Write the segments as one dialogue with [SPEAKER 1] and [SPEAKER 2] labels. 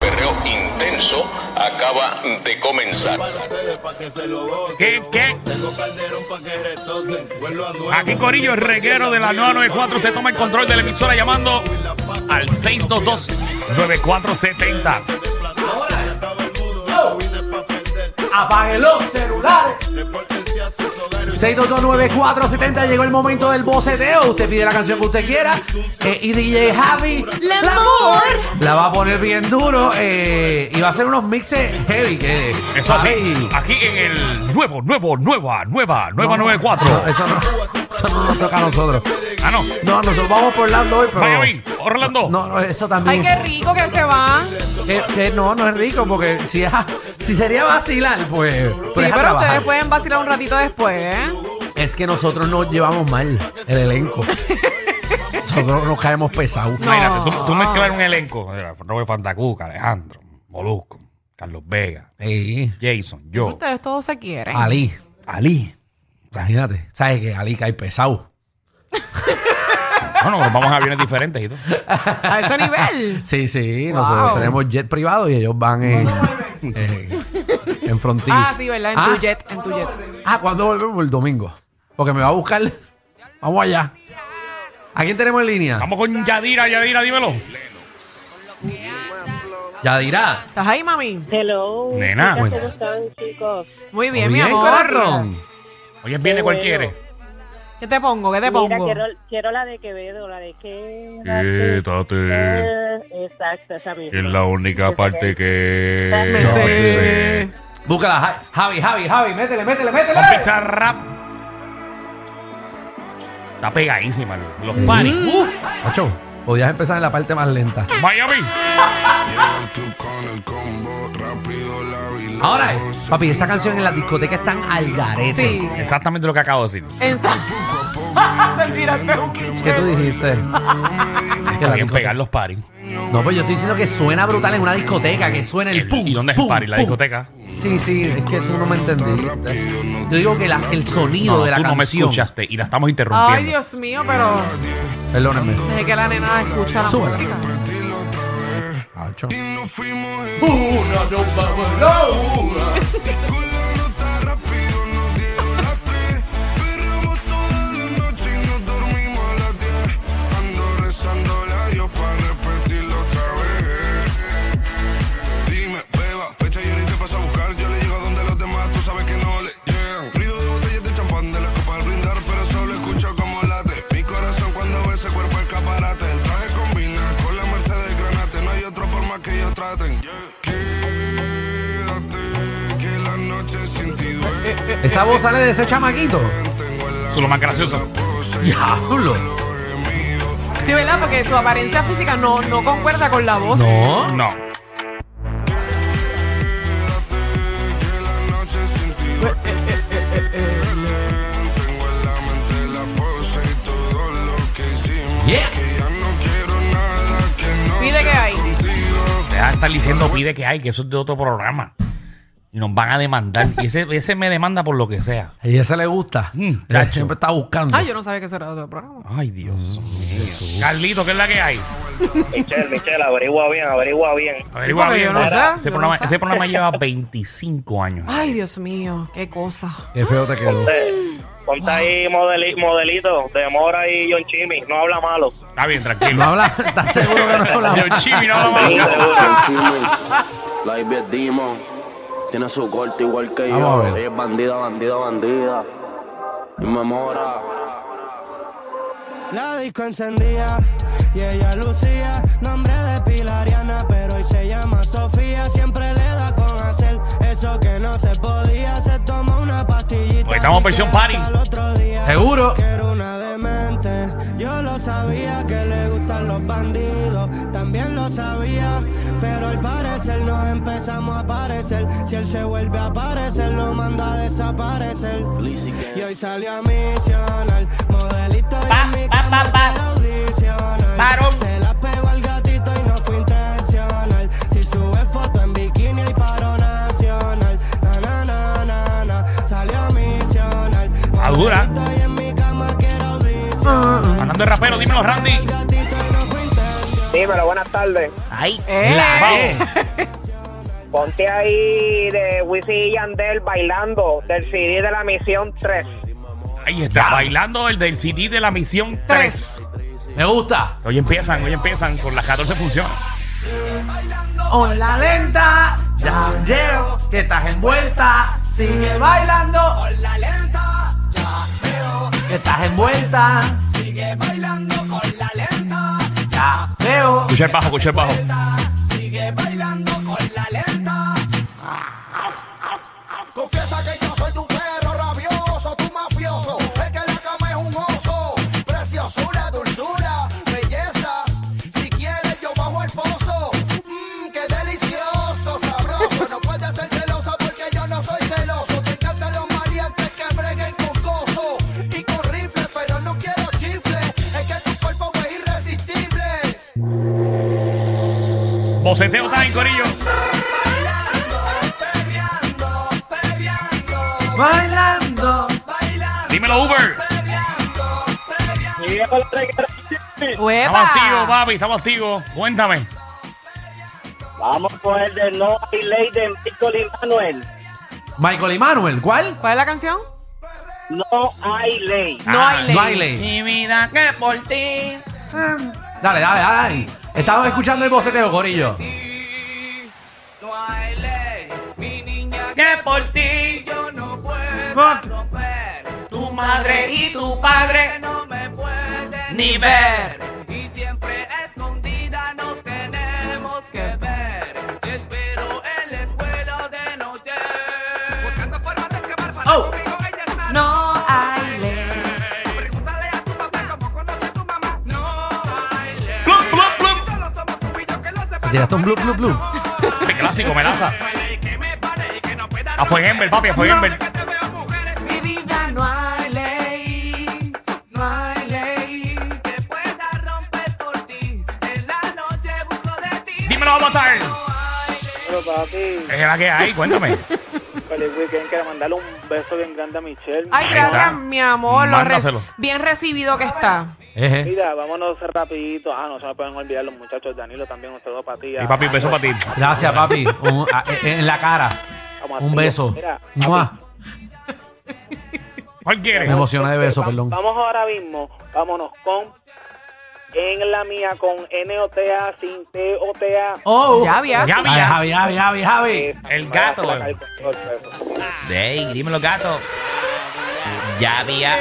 [SPEAKER 1] perreo intenso acaba de comenzar.
[SPEAKER 2] ¿Qué? ¿Qué? Aquí Corillo, el reguero de la 994, usted toma el control de la emisora llamando al 622-9470.
[SPEAKER 3] Apague los celulares. 6229470 llegó el momento del boceteo. Usted pide la canción que usted quiera. eh, y DJ Javi
[SPEAKER 4] Lemur.
[SPEAKER 3] la va a poner bien duro. eh, y va a hacer unos mixes heavy. Que,
[SPEAKER 2] Eso así,
[SPEAKER 3] Javi-
[SPEAKER 2] aquí en el nuevo, nuevo, nueva, nueva, nueva 94.
[SPEAKER 3] Eso no, eso no nos toca a nosotros.
[SPEAKER 2] Ah, no.
[SPEAKER 3] No, nosotros vamos por Orlando hoy, pero.
[SPEAKER 2] Miami, Orlando.
[SPEAKER 3] No, no, eso
[SPEAKER 4] Ay,
[SPEAKER 3] también.
[SPEAKER 4] qué rico que se va.
[SPEAKER 3] Eh, eh, no, no es rico, porque si, si sería vacilar, pues. pues
[SPEAKER 4] Sí,
[SPEAKER 3] deja
[SPEAKER 4] pero
[SPEAKER 3] trabajar.
[SPEAKER 4] ustedes pueden vacilar un ratito después, ¿eh?
[SPEAKER 3] Es que nosotros nos llevamos mal el elenco. nosotros nos caemos pesados.
[SPEAKER 2] Imagínate, tú, tú mezclar un elenco. Era Robert Fantacuca, Alejandro, Molusco, Carlos Vega,
[SPEAKER 3] Ey,
[SPEAKER 2] Jason, yo,
[SPEAKER 4] Ustedes todos se quieren.
[SPEAKER 3] Ali,
[SPEAKER 2] Ali.
[SPEAKER 3] imagínate. ¿Sabes que Ali cae pesado?
[SPEAKER 2] No, no, nos vamos a aviones diferentes y todo.
[SPEAKER 4] A ese nivel.
[SPEAKER 3] Sí, sí, nosotros tenemos jet privado y ellos van en, eh, en frontil.
[SPEAKER 4] Ah, sí, ¿verdad? En
[SPEAKER 3] ah,
[SPEAKER 4] tu jet, en tu jet.
[SPEAKER 3] Ah, ¿cuándo volvemos? El domingo. Porque me va a buscar. Vamos allá. ¿A quién tenemos en línea?
[SPEAKER 2] Vamos con Yadira, Yadira, dímelo.
[SPEAKER 3] Yadira.
[SPEAKER 4] ¿Estás ahí, mami?
[SPEAKER 5] Hello.
[SPEAKER 2] Nena. pues.
[SPEAKER 5] chicas, ¿Cómo están, chicos?
[SPEAKER 4] Muy bien, mi
[SPEAKER 3] Bien,
[SPEAKER 4] amor.
[SPEAKER 3] corazón.
[SPEAKER 2] Hoy es
[SPEAKER 5] Qué bueno.
[SPEAKER 2] viernes cualquiera.
[SPEAKER 4] ¿Qué te pongo? ¿Qué te
[SPEAKER 5] Mira,
[SPEAKER 4] pongo?
[SPEAKER 5] quiero, quiero la de Quevedo, la de que...
[SPEAKER 2] Quítate.
[SPEAKER 5] Exacto, esa misma.
[SPEAKER 2] Eh, Es la única parte que
[SPEAKER 4] Me
[SPEAKER 2] no
[SPEAKER 4] sé.
[SPEAKER 2] me sé.
[SPEAKER 3] Búscala, Ja- Javi, Javi, Javi. Métele, métele, métele.
[SPEAKER 2] Vamos a empezar rap. Está pegadísima los, los paris.
[SPEAKER 3] Mm.
[SPEAKER 2] Uh,
[SPEAKER 3] Macho, podías empezar en la parte más lenta.
[SPEAKER 2] Miami.
[SPEAKER 3] Ahora, eh, papi, esa canción en la discoteca es tan al garete.
[SPEAKER 4] Sí.
[SPEAKER 2] Exactamente lo que acabo de decir.
[SPEAKER 4] En Te tiraste un
[SPEAKER 3] ¿Qué tú dijiste? Es que
[SPEAKER 2] Está
[SPEAKER 3] la
[SPEAKER 2] bien
[SPEAKER 3] discoteca-
[SPEAKER 2] pegar los paris.
[SPEAKER 3] No, pues yo estoy diciendo que suena brutal en una discoteca, que suena el
[SPEAKER 2] El-
[SPEAKER 3] pum.
[SPEAKER 2] ¿Y dónde es
[SPEAKER 3] pum,
[SPEAKER 2] el party? ¿La
[SPEAKER 3] pum.
[SPEAKER 2] discoteca?
[SPEAKER 3] Sí, sí, es que tú no me entendiste. Yo digo que la- el sonido
[SPEAKER 2] No,
[SPEAKER 3] de la
[SPEAKER 2] tú no me
[SPEAKER 3] canción.
[SPEAKER 2] escuchaste y la estamos interrumpiendo.
[SPEAKER 4] Ay, Dios mío, pero
[SPEAKER 3] Perdóname.
[SPEAKER 4] desde que la nena escucha la
[SPEAKER 3] Súbela.
[SPEAKER 4] música.
[SPEAKER 3] Macho.
[SPEAKER 6] Dime, beba, fecha y ahorita paso a buscar. Yo le llego a donde los demás, tú sabes que no le llegan. Ruido de botellas de champán, de las copas al brindar, pero solo escucho como late. Mi corazón cuando ve ese cuerpo escaparate. El traje combina con la Mercedes Granate. No hay otro por más que ellos traten. Quédate, que la noche sin ti duele.
[SPEAKER 3] Esa voz sale de ese chamaquito.
[SPEAKER 2] Eso es lo más gracioso.
[SPEAKER 3] Diablo.
[SPEAKER 4] Sí, ¿verdad? Porque su apariencia física no, no concuerda con la
[SPEAKER 3] Oh,
[SPEAKER 4] voz.
[SPEAKER 3] No.
[SPEAKER 2] No.
[SPEAKER 6] Que la noche sin ti duele. Tengo en la mente la pose y todo lo que hicimos.
[SPEAKER 3] Yeah.
[SPEAKER 6] Que ya no quiero nada que no
[SPEAKER 4] Pide que
[SPEAKER 6] sea
[SPEAKER 4] hay.
[SPEAKER 6] contigo.
[SPEAKER 2] Deja de estar diciendo pide que hay, que eso es de otro programa. Y nos van a demandar. Y ese, ese me demanda por lo que sea.
[SPEAKER 3] A ella se le gusta.
[SPEAKER 2] Mm,
[SPEAKER 3] Ella
[SPEAKER 2] chacho.
[SPEAKER 3] Siempre está buscando.
[SPEAKER 4] Ah, yo no sabía que eso era otro programa.
[SPEAKER 2] Ay, Dios mío. Carlito, ¿qué es la que hay?
[SPEAKER 7] Michelle, Michelle, averigua bien, averigua bien.
[SPEAKER 2] Averigua
[SPEAKER 4] porque yo
[SPEAKER 2] bien.
[SPEAKER 4] no
[SPEAKER 2] ¿verdad?
[SPEAKER 4] sé,
[SPEAKER 2] ese,
[SPEAKER 4] yo no
[SPEAKER 2] programa,
[SPEAKER 4] sé. Ah.
[SPEAKER 2] ese programa lleva 25 años.
[SPEAKER 4] Ay, Dios mío, qué cosa.
[SPEAKER 3] Qué feo te quedó.
[SPEAKER 7] Eh, Ponte
[SPEAKER 3] Ah.
[SPEAKER 7] ahí modeli- modelito de Mora y John Chimmy, no habla malo.
[SPEAKER 2] Está bien,
[SPEAKER 3] No
[SPEAKER 2] tranquilo.
[SPEAKER 3] habla, ¿estás seguro que no
[SPEAKER 2] Yo,
[SPEAKER 3] habla?
[SPEAKER 2] Chibi, no habla más.
[SPEAKER 8] Live es Demon. Tiene su corte igual que yo.
[SPEAKER 3] Vamos a ver.
[SPEAKER 8] Ella es bandida, bandida, bandida. Y me mora.
[SPEAKER 9] La disco encendía y ella lucía nombre de Pilariana, pero hoy se llama Sofía. Siempre le da con hacer eso que no se podía. Se toma una pastillita.
[SPEAKER 2] Hoy Pues estamos
[SPEAKER 9] y
[SPEAKER 2] versión
[SPEAKER 9] queda
[SPEAKER 2] party.
[SPEAKER 9] hasta el otro día.
[SPEAKER 3] Seguro.
[SPEAKER 9] Que era una demente. Yo lo sabía que le gustan los bandidos. También lo sabía, pero al parecer. placer nos empezamos a aparecer. Si él se vuelve a aparecer, lo mando a desaparecer. Y hoy salió a misionar, modelito y en mi cama quiere audicionar. Se la pegó al gatito y no fue intencional. Si sube foto en bikini hay paro nacional. Na na na na na, salió a misionar.
[SPEAKER 2] A dura.
[SPEAKER 9] Modelito y en mi cama quiere
[SPEAKER 4] Mm.
[SPEAKER 9] audicionar.
[SPEAKER 2] Hablando de rapero, dímelo, Randy.
[SPEAKER 7] Dímelo, buenas tardes.
[SPEAKER 2] Ahí.
[SPEAKER 4] Eh.
[SPEAKER 3] E.
[SPEAKER 7] Ponte ahí de Wisin y Yandel bailando del CD de la Misión 3.
[SPEAKER 2] Ahí está, bailando el del CD de la misión 3.
[SPEAKER 4] Tres.
[SPEAKER 3] Me gusta.
[SPEAKER 2] Hoy empiezan, hoy empiezan con las 14 funciones.
[SPEAKER 3] Con la lenta, ya veo que estás envuelta. Sigue bailando. Con la lenta, ya veo que estás envuelta. Sigue bailando con la lenta. Ya veo.
[SPEAKER 2] Escucha el bajo, escucha el bajo.
[SPEAKER 9] Sigue bailando con la lenta. Confiesa que yo soy tu perro rabioso, tu mafioso. Es que la cama es un oso. Preciosura, dulzura, belleza. Si quieres, yo bajo el pozo. Mmm, qué delicioso, sabroso. No puedes ser celosa porque yo no soy celoso. Te encantan los maleantes que breguen con coso y con rifle, pero no quiero chifle. Es que tu cuerpo es irresistible.
[SPEAKER 2] Boceteo está en corillo.
[SPEAKER 3] Bailando.
[SPEAKER 2] Dímelo, Uber. Estamos
[SPEAKER 4] ¡Hueva!
[SPEAKER 2] activos, papi, estamos activos. Cuéntame.
[SPEAKER 7] Vamos con el de No Hay Ley de Michael y Manuel.
[SPEAKER 3] Michael y Manuel, ¿cuál?
[SPEAKER 4] ¿Cuál es la canción?
[SPEAKER 7] No hay ley.
[SPEAKER 4] No
[SPEAKER 2] Ah,
[SPEAKER 4] hay ley.
[SPEAKER 3] No hay ley.
[SPEAKER 2] Y mira que por ti.
[SPEAKER 3] Dale, dale, dale. ahí. Estamos escuchando el boceteo, Corillo.
[SPEAKER 2] Que por ti yo no puedo romper. Tu madre y tu padre no me pueden ni ver.
[SPEAKER 3] Oh.
[SPEAKER 4] No hay ley.
[SPEAKER 2] Plum, plum, plum.
[SPEAKER 3] Te tiraste un blue, blue, blue.
[SPEAKER 2] Qué clásico, melaza. A fue Ember, papi, a fue Ember.
[SPEAKER 4] Mi vida no hay ley. No hay ley. Que pueda romper por ti. En la noche busco de ti.
[SPEAKER 2] Dímelo, Avatar.
[SPEAKER 7] Pero papi,
[SPEAKER 2] Es la que hay, cuéntame.
[SPEAKER 7] feliz weekend. Quiero mandarle un beso bien grande a Michelle.
[SPEAKER 4] Ay,
[SPEAKER 2] Ahí está.
[SPEAKER 4] gracias, mi amor. Lo re-
[SPEAKER 2] Mándaselo.
[SPEAKER 4] bien recibido que está.
[SPEAKER 3] Eje.
[SPEAKER 7] Mira, vámonos rapidito. Ah, no se me pueden olvidar los muchachos. Danilo también, un saludo para ti.
[SPEAKER 2] Y papi, beso para ti.
[SPEAKER 3] Gracias, papi. Un- a- e- en la cara.
[SPEAKER 7] Vamos a
[SPEAKER 3] Un
[SPEAKER 7] hacerlo.
[SPEAKER 3] beso.
[SPEAKER 7] Mira,
[SPEAKER 3] Mua.
[SPEAKER 2] ¿Cuál
[SPEAKER 3] Me
[SPEAKER 2] quieres?
[SPEAKER 3] emocioné de beso,
[SPEAKER 7] va-
[SPEAKER 3] perdón.
[SPEAKER 7] Vamos ahora mismo. Vámonos con... En la mía con N-O-T-A, sin T-O-T-A.
[SPEAKER 3] Oh.
[SPEAKER 4] Ya había.
[SPEAKER 2] Ya,
[SPEAKER 3] Javi,
[SPEAKER 2] mira.
[SPEAKER 3] Javi, Javi, Javi, Javi.
[SPEAKER 7] Esa,
[SPEAKER 2] El
[SPEAKER 7] me va a
[SPEAKER 2] gato,
[SPEAKER 7] hacer la
[SPEAKER 2] eh.
[SPEAKER 7] cara con todo el pues. peso.
[SPEAKER 10] Ey, dímelo, gato. Ya había.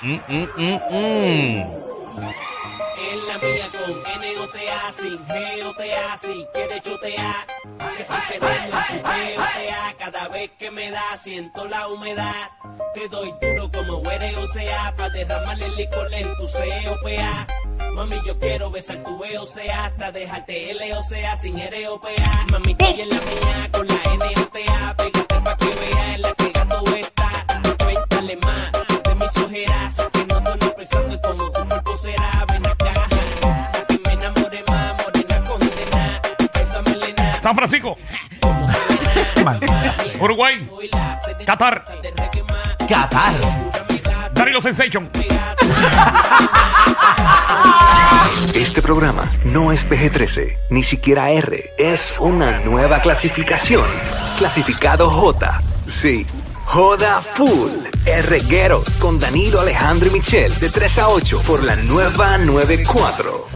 [SPEAKER 10] Mm, mm, mm, mm.
[SPEAKER 2] San Francisco, Uruguay, Qatar,
[SPEAKER 3] Qatar.
[SPEAKER 2] Danilo Sensation.
[SPEAKER 10] Este programa no es PG-13, ni siquiera R. Es una nueva clasificación. Clasificado J. Sí. Joda Full. El reguero con Danilo Alejandro y Michel de 3 a 8 por la nueva 94.